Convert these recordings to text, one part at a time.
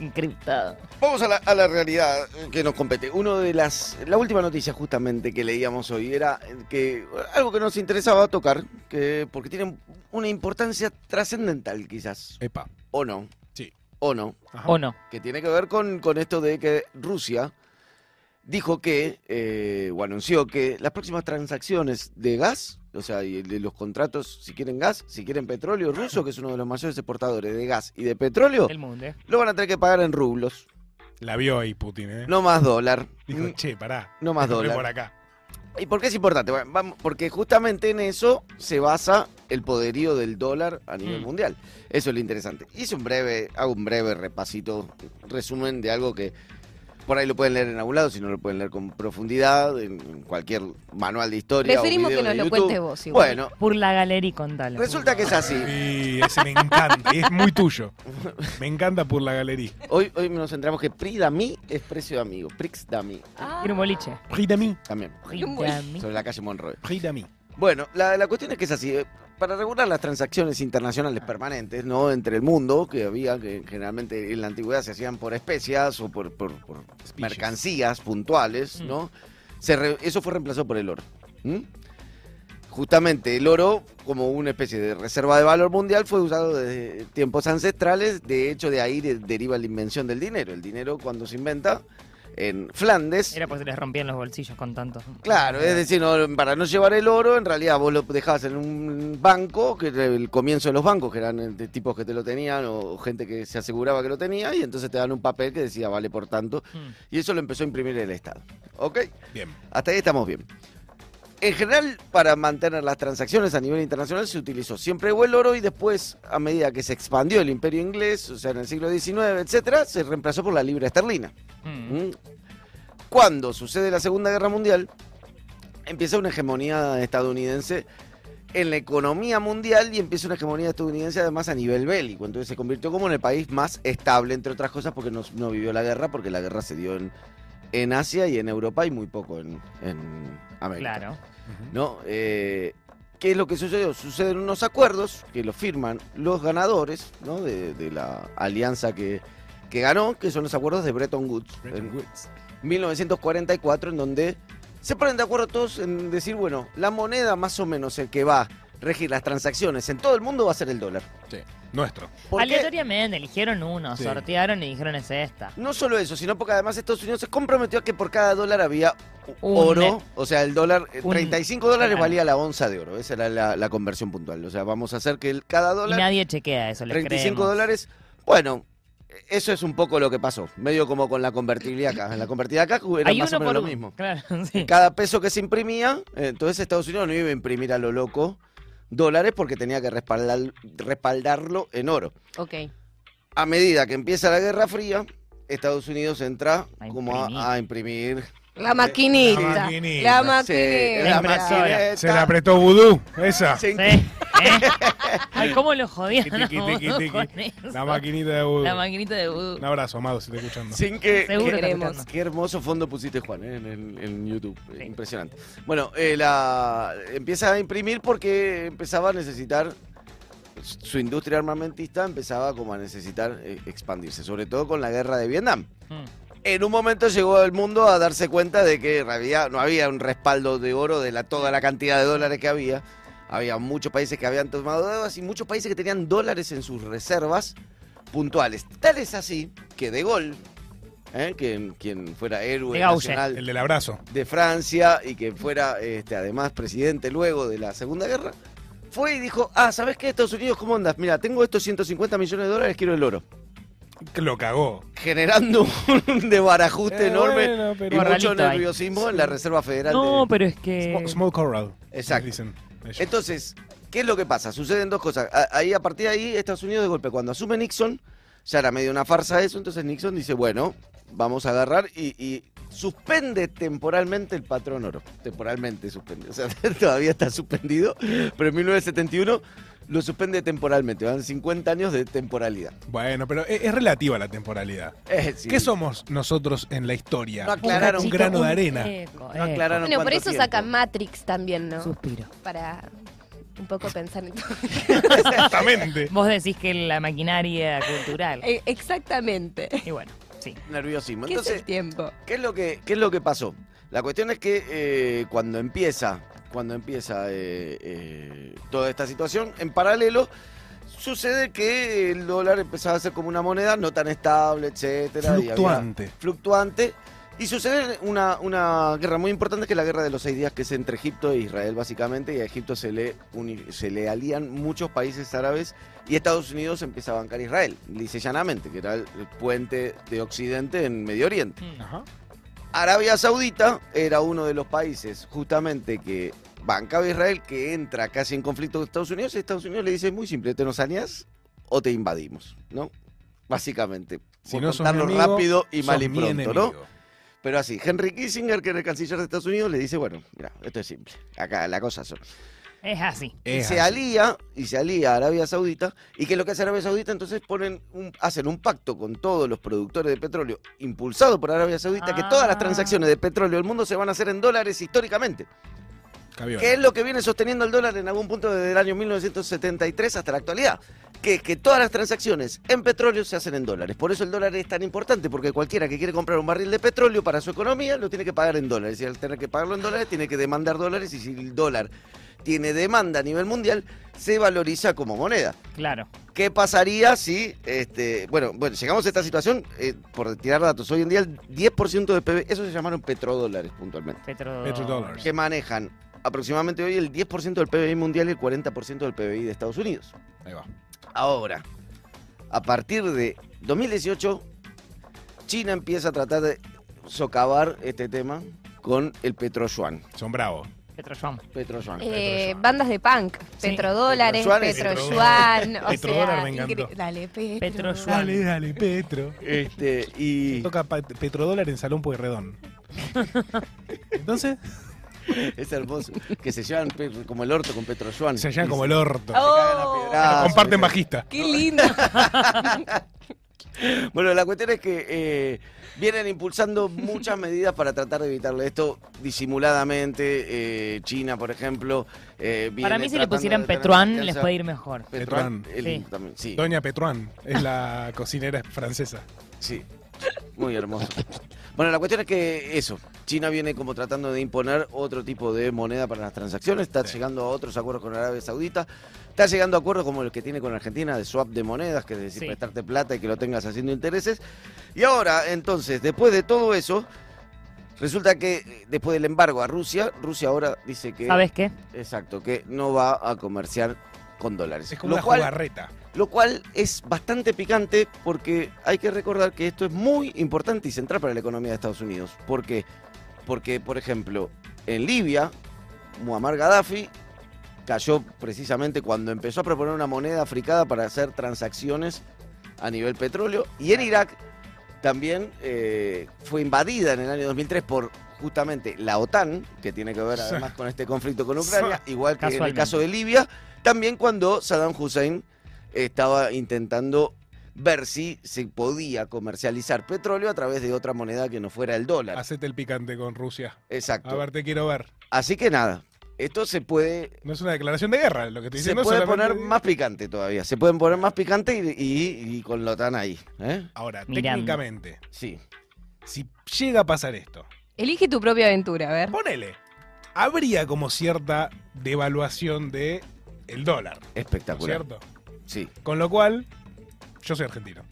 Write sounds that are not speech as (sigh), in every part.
encriptado. Vamos a la, a la realidad que nos compete. Uno de las, la última noticia justamente que leíamos hoy era que algo que nos interesaba tocar, que porque tiene una importancia trascendental quizás, Epa. o no, Sí. o no, Ajá. ¿O no? que tiene que ver con, con esto de que Rusia dijo que, eh, o anunció que las próximas transacciones de gas, o sea, y de los contratos, si quieren gas, si quieren petróleo ruso, que es uno de los mayores exportadores de gas y de petróleo, El mundo, ¿eh? lo van a tener que pagar en rublos, La vio ahí Putin, ¿eh? no más dólar. Dijo, Mm, che, pará. No más Compré dólar. por acá. ¿Y por qué es importante? Bueno, vamos- porque justamente en eso se basa el poderío del dólar a nivel Mm. mundial. Eso es lo interesante. Hice un breve, hago un breve repasito, resumen de algo que por ahí lo pueden leer en algún lado, si no lo pueden leer con profundidad, en en cualquier manual de historia. o Preferimos video que nos de lo YouTube. cuentes vos igual. Bueno, Por la galería y contalo. resulta que es así. Y ese me encanta. y es (laughs) muy tuyo. Me encanta por la galería. Hoy, hoy nos enteramos que Pridami es precio de amigo, Prixdami Ah, Quiero un boliche. Pridami. también, Rígame. sobre la calle Monroe. Pridami. Bueno, la, la cuestión es que es así. eh, Para regular las transacciones internacionales permanentes, ¿no? Entre el mundo, que había, que generalmente en la antigüedad se hacían por especias o por, por- por mercancías puntuales, Mm. ¿no? Se re- eso fue reemplazado por el oro. ¿m? Justamente el oro, como una especie de reserva de valor mundial, fue usado desde tiempos ancestrales. De hecho, de ahí de- deriva la invención del dinero. El dinero, cuando se inventa en Flandes, Era porque se les rompían los bolsillos con tanto. Claro, Eh. es decir, no- para no llevar el oro, en realidad vos lo dejabas en un banco, que era el comienzo de los bancos, que eran eh, de tipos que te lo tenían o gente que se aseguraba que lo tenía, y entonces te dan un papel que decía vale por tanto, Mm. y eso lo empezó a imprimir el Estado. ¿Ok? Bien. Hasta ahí estamos bien. En general, para mantener las transacciones a nivel internacional se utilizó siempre el oro y después, a medida que se expandió el imperio inglés, o sea, en el siglo XIX, etcétera, se reemplazó por la libra esterlina. Mm. ¿Mm? Cuando sucede la Segunda Guerra Mundial, empieza una hegemonía estadounidense en la economía mundial y empieza una hegemonía estadounidense además a nivel bélico. Entonces se convirtió como en el país más estable, entre otras cosas, porque no, no vivió la guerra, porque la guerra se dio en, en Asia y en Europa y muy poco en, en América. Claro. ¿no? Eh, ¿Qué es lo que sucedió? Suceden unos acuerdos que los firman los ganadores ¿no? de, de la alianza que, que ganó, que son los acuerdos de Bretton Woods. en 1944, en donde se ponen de acuerdo todos en decir, bueno, la moneda más o menos el que va a regir las transacciones en todo el mundo va a ser el dólar. Sí. Nuestro. ¿Por qué? Aleatoriamente eligieron uno, Sí. sortearon y dijeron es esta. No solo eso, sino porque además Estados Unidos se comprometió a que por cada dólar había Un oro, ne- o sea, el dólar, eh, un- 35 dólares claro. valía la onza de oro, esa era la, la conversión puntual, o sea, vamos a hacer que el- cada Y dólar, nadie chequea eso, le 35 creemos. dólares, bueno, eso es un poco lo que pasó, medio como con la convertibilidad acá, en la convertibilidad acá era Hay más uno o menos por lo uno. mismo. Claro, (laughs) sí. Cada peso que se imprimía, eh, entonces Estados Unidos no iba a imprimir a lo loco dólares porque tenía que respaldar- respaldarlo en oro. ok. A medida que empieza la Guerra Fría, Estados Unidos entra A como a, a imprimir. La maquinita. La maquinita. La Se- maquinita. La impresora. maquineta. Se la apretó Vudú. Esa. Se- Sí, ¿eh? Ay, cómo lo jodían. Tiqui, tiqui, a vos tiqui, con tiqui. eso. La maquinita de Vudú. La maquinita de vudú. Un abrazo, amado, si te escuchando. Sin que, Seguro que- está queremos. escuchando. Qué hermoso fondo pusiste, Juan, eh, en, en- en YouTube. eh, Sí. Impresionante. Bueno, eh, la, empieza a imprimir porque empezaba a necesitar, su industria armamentista empezaba como a necesitar eh, expandirse, sobre todo con la guerra de Vietnam. Mm. En un momento llegó el mundo a darse cuenta de que en realidad no había un respaldo de oro de la, toda la cantidad de dólares que había. Había muchos países que habían tomado deudas y muchos países que tenían dólares en sus reservas puntuales. Tal es así que De Gaulle, ¿eh? quien, quien fuera héroe De Gaulle. nacional El del abrazo. de Francia y que fuera este, además presidente luego de la Segunda Guerra, fue y dijo, ah, ¿sabes qué, Estados Unidos, cómo andas? Mira, tengo estos 150 millones de dólares, quiero el oro. Que Lo cagó. Generando (laughs) un debarajuste Eh, enorme bueno, pero- y mucho Corralito ahí. nerviosismo en la Reserva Federal. No, de- pero es que. Sm- Small Coral. Exacto. Dicen. ellos. Entonces, ¿qué es lo que pasa? Suceden dos cosas. A- Ahí, a partir de ahí, Estados Unidos de golpe, cuando asume Nixon, ya era medio una farsa eso, entonces Nixon dice, bueno, vamos a agarrar y, y suspende temporalmente el patrón oro. Temporalmente suspende. O sea, (laughs) todavía está suspendido, pero en 1971 lo suspende temporalmente. Van 50 años de temporalidad. Bueno, pero es, es relativa la temporalidad. Es decir, ¿Qué somos nosotros en la historia? No aclararon. un grano de arena. Eco, eh, No aclararon Bueno, por cuánto eso tiempo. sacan Matrix también, ¿no? Suspiro. Para un poco pensar en (laughs) todo. Eh. Exactamente. Vos decís que la maquinaria cultural. Eh, Exactamente. Y bueno, sí. Nerviosismo. ¿Qué es Entonces, el tiempo? ¿Qué es lo que, qué es lo que pasó? La cuestión es que eh, cuando empieza, cuando empieza eh, eh, toda esta situación, en paralelo, sucede que el dólar empezaba a ser como una moneda no tan estable, etcétera. y había- Fluctuante. fluctuante. Y sucede una, una guerra muy importante que es la guerra de los seis días, que es entre Egipto e Israel, básicamente, y a Egipto se le, uni- se le alían muchos países árabes y Estados Unidos empieza a bancar a Israel, dice llanamente, que era el el puente de Occidente en Medio Oriente. Mm. Ajá. Arabia Saudita era uno de los países justamente que bancaba a Israel, que entra casi en conflicto con Estados Unidos, y Estados Unidos le dice muy simple, te nos aliás o te invadimos, ¿no? Básicamente. Si por no sos mi contarlo amigo, rápido y sos mal y mi pronto, ¿no? enemigo. Pero así, Henry Kissinger, que era el canciller de Estados Unidos, le dice, bueno, mira, esto es simple, acá la cosa son. Es así. Y Es se así. alía, y se alía a Arabia Saudita, y que lo que hace Arabia Saudita, entonces ponen un- hacen un pacto con todos los productores de petróleo, impulsado por Arabia Saudita, que todas las Ah. transacciones de petróleo del mundo se van a hacer en dólares históricamente. Cabiola. Que es lo que viene sosteniendo el dólar en algún punto desde el año 1973 hasta la actualidad. Que es que todas las transacciones en petróleo se hacen en dólares. Por eso el dólar es tan importante, porque cualquiera que quiere comprar un barril de petróleo para su economía lo tiene que pagar en dólares. Y al tener que pagarlo en dólares, tiene que demandar dólares. Y si el dólar tiene demanda a nivel mundial, se valoriza como moneda. Claro. ¿Qué pasaría si, este, bueno, bueno, llegamos a esta situación, eh, por tirar datos, hoy en día el 10% de PB, eso se llamaron petrodólares puntualmente Petro... Petrodólares. que manejan aproximadamente hoy el 10% del PBI mundial y el 40% del PBI de Estados Unidos. Ahí va. Ahora, a partir de 2018, China empieza a tratar de socavar este tema con el petroyuan. Son bravos. Petroyuan. Petroyuan. Eh, Petroyuan. bandas de punk, Sí. petrodólares, Petroyuanes. petroyuan, o Petrodólar sea, me encantó. incre- dale, Petro. Petroyuan. Dale, dale, Petro. Este, y Toca pa- petrodólar en Salón Pueyrredón. Entonces, es hermoso. Que se llevan pe- como el orto con petroyuan. (laughs) se hallan como el orto. Ah, Oh, Pero Comparten bajista. (laughs) Qué lindo. Bueno, la cuestión es que eh, vienen impulsando muchas medidas para tratar de evitarle esto disimuladamente. eh, China, por ejemplo. eh, Para viene mí si le tratando pusieran de tener Petruan les confianza. puede ir mejor. Petruan. Petruan. el- Sí. también, sí, Doña Petruán es la cocinera francesa. sí. Muy hermoso. Bueno, la cuestión es que eso. China viene como tratando de imponer otro tipo de moneda para las transacciones. Está Sí. llegando a otros acuerdos con Arabia Saudita. Está llegando a acuerdos como el que tiene con Argentina de swap de monedas, que es decir, Sí. prestarte plata y que lo tengas haciendo intereses. Y ahora, entonces, después de todo eso, resulta que eh, después del embargo a Rusia, Rusia ahora dice que. ¿Sabes qué? Exacto, que no va a comerciar con dólares. Es como Lo una cual- jugarreta. lo cual es bastante picante porque hay que recordar que esto es muy importante y central para la economía de Estados Unidos. ¿Por qué? Porque, por ejemplo, en Libia, Muammar Gaddafi cayó precisamente cuando empezó a proponer una moneda africada para hacer transacciones a nivel petróleo. Y en Irak también eh, fue invadida en el año 2003 por justamente la OTAN, que tiene que ver además con este conflicto con Ucrania, igual que en el Casualmente. caso de Libia, también cuando Saddam Hussein estaba intentando ver si se podía comercializar petróleo a través de otra moneda que no fuera el dólar. Hacete el picante con Rusia. Exacto. A ver, te quiero ver. Así que nada, esto se puede No es una declaración de guerra lo que te se diciendo. puede solamente- poner más picante todavía. Se pueden poner más picante y, y- y con lo tan ahí. ¿eh? Ahora, Mirando. técnicamente, Sí. si llega a pasar esto, Elige tu propia aventura, a ver. ponele, habría como cierta devaluación de el dólar, ¿no es Espectacular. ¿cierto? (laughs) Sí. Con lo cual, yo soy argentino.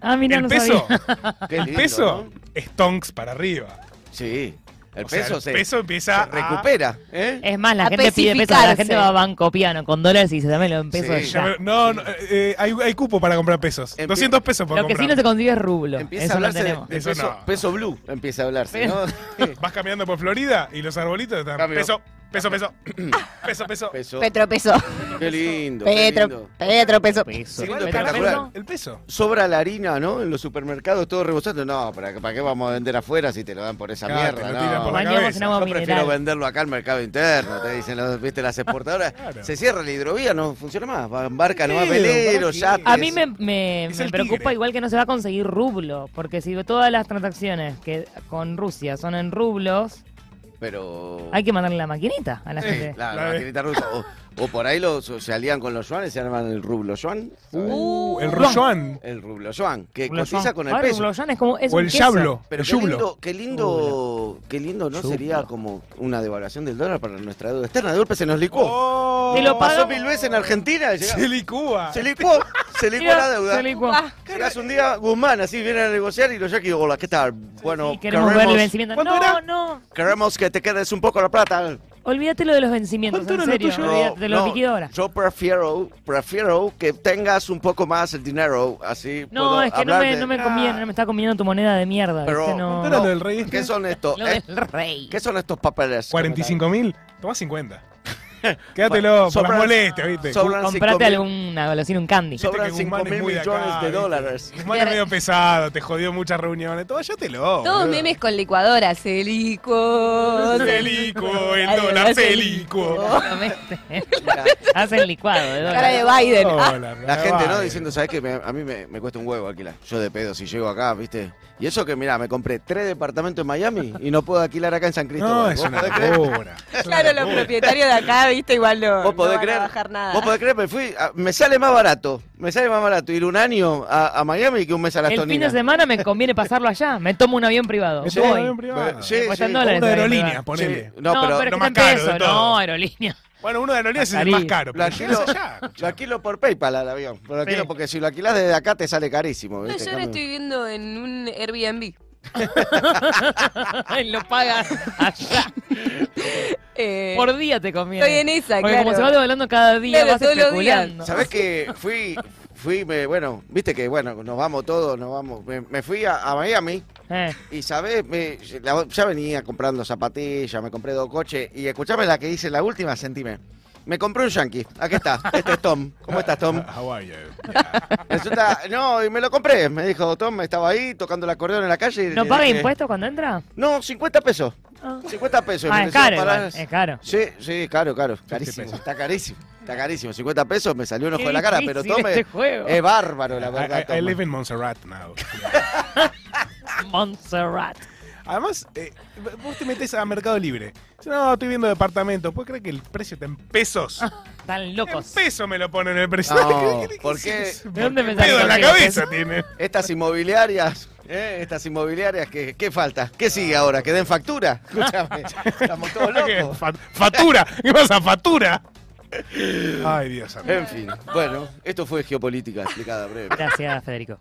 Ah, mira, el no peso, sabía. Qué el lindo, peso ¿no? es tonks para arriba. Sí. El O sea, peso se, el peso empieza se recupera. ¿eh? Es más, la A gente pide pesos, la gente pesificarse. va a Banco Piano con dólares y se también lo en pesos Sí, a- ya. ya- no, no, eh, hay, hay cupo para comprar pesos. Empie- 200 pesos para Lo que sí no comprar. se consigue es rublo. Empieza a Eso lo hablarse de, tenemos. de Eso peso, no. peso blue. Empieza a hablarse, ¿no? (laughs) Vas caminando por Florida y los arbolitos están Cambio. peso, peso, peso, (coughs) peso, peso. peso. Petro peso. Qué lindo. qué Petro, lindo. Petro peso. Peso. Sí, bueno, Pero espectacular. peso, El peso. Sobra la harina, ¿no? En los supermercados, todo rebosando. No, ¿para, qué- ¿para qué vamos a vender afuera si te lo dan por esa Claro, te mierda? lo tiran No. por la Bañamos cabeza. en agua Yo prefiero mineral. venderlo acá al mercado interno, te dicen los- viste, las exportadoras. Claro. Se cierra la hidrovía, no funciona más. Va- Embarca nomás Pero, veleros, ¿para qué? yates. A mí me, me- Es me el preocupa tigre. igual que no se va a conseguir rublo, porque si todas las transacciones que con Rusia son en rublos, Pero. Hay que mandarle la maquinita a la Sí, gente. La, La la de- maquinita rusa. O, o por ahí los, se alían con los yuanes, se arman el rublo yuan. ¿sabes? Uh, el Juan. Rochuan. El rublo yuan, que Un lollón. cotiza con el Ahora un peso. lollón es como, es O un el queso. yablo. Pero el qué yublo. lindo, qué lindo, qué lindo, ¿no? Yublo. Sería como una devaluación del dólar para nuestra deuda externa. De golpe se nos licuó. Oh, Te lo Pasó pagamos. mil veces en Argentina. llegaba- Se licúa. Se licuó, se licuó Mira, la deuda. se licuó. Ah, Llegás un día, Guzmán, así viene a negociar y los yaquis, hola, ¿qué tal? Bueno, Y queremos ver el vencimiento. ¿Cuánto No, era? no. queremos que te quedes un poco la plata. Olvídate lo de los vencimientos, ¿Cuánto en era lo serio. tuyo? olvídate de los no, liquido ahora. Yo prefiero, prefiero que tengas un poco más el dinero, así No, puedo es que no hablar me, de- Ah, no me conviene, no me está comiendo tu moneda de mierda. Pero- ¿viste? No. ¿Cuánto era lo del rey? ¿Qué son estos? Lo eh? del rey. ¿Qué son estos papeles? 45 mil. (laughs) Toma 50. Quédatelo por Sobran- las molestias, ¿viste? Sobran- Comprate cinco mil- alguna golosina, un candy. Viste Sobran que 5 Guzmán es mil muy de millones acá, de ¿viste? (laughs) dólares. Guzmán es medio pesado, te jodió muchas reuniones. Todo, yo te lo. Todos memes con licuadora. Se licuó. Se licuó, el dólar se licuó. Exactamente. (laughs) Mira, Hacen licuado de Cara de dólares. Biden. Ah, Dólar, La gente, ¿no? vale. Diciendo, ¿sabes qué? Me- a mí me, me cuesta un huevo alquilar. Yo de pedo, si llego acá, ¿viste? Y eso que, mira, me compré tres departamentos en Miami y no puedo alquilar acá en San Cristóbal. No, es ¿Vos una podés creer? locura. Es una claro, los locura. propietarios de acá, viste, igual no, ¿Vos no podés van creer? a bajar nada. Vos podés creer, me fui. a- me sale más barato. Me sale más barato ir un año a, a Miami que un mes a las El fin de toninas. semana me conviene pasarlo allá. Me tomo un avión privado. Me tomo un avión Voy. privado. Sí, Cuestan sí. dólares. Una de aerolínea, verdad. ponele. Sí, No, pero, pero es lo que más está en caro de peso. todo. No, aerolínea. (laughs) Bueno, uno de aerolíneas es el Salí. más caro. lo Pero alquilo, (laughs) llegas allá. lo alquilo por PayPal a la avión. Lo alquilo Sí. porque si lo alquilás desde acá te sale carísimo. No, ¿viste? yo ahora Cambio. estoy viviendo en un Airbnb. lo (laughs) pagas allá. Eh, Por día te conviene. estoy en esa, Porque claro. como se va devaluando cada día, Claro, vas todos los especulando. ¿Sabés que fui, fui, me- bueno, viste que, bueno, nos vamos todos, nos vamos. Me, me fui a, a Miami Eh, y, ¿sabés? Me- la- ya venía comprando zapatillas, me compré dos coches y escuchame la que hice, la última, sentime. Me compré un yankee. Aquí está. Este es Tom. ¿Cómo estás, Tom? Hawaii. eh. Resulta, no, y me lo compré. Me dijo Tom, estaba ahí tocando el acordeón en la calle. y ¿No le paga dije, impuestos cuando entra? No, 50 pesos. Ah, 50 pesos. Ah, Me es salió caro. para- igual, Es caro. Sí, sí, caro, caro. Carísimo. pesos. Está carísimo. Está carísimo. 50 pesos me salió un ojo Qué de la cara, pero difícil Tom este es, juego. es bárbaro, la verdad. I, I- I Tom. live in Montserrat (laughs) now. Montserrat. Además, eh, vos te metes a Mercado Libre. Dices, No, estoy viendo departamento. ¿Puedes creer que el precio está en pesos? Están En locos. pesos me lo ponen el precio. No, ¿por es qué? eso? ¿De dónde me Pedo salió en la el peso? cabeza tiene. Estas inmobiliarias, eh, estas inmobiliarias, ¿qué, ¿qué falta? ¿Qué sigue ahora? ¿Que den factura? (laughs) Escúchame, estamos (laughs) todos locos. Fa- Factura. ¿Qué pasa? Factura. Ay, Dios mío. En fin, bueno, esto fue geopolítica explicada breve. Gracias, Federico.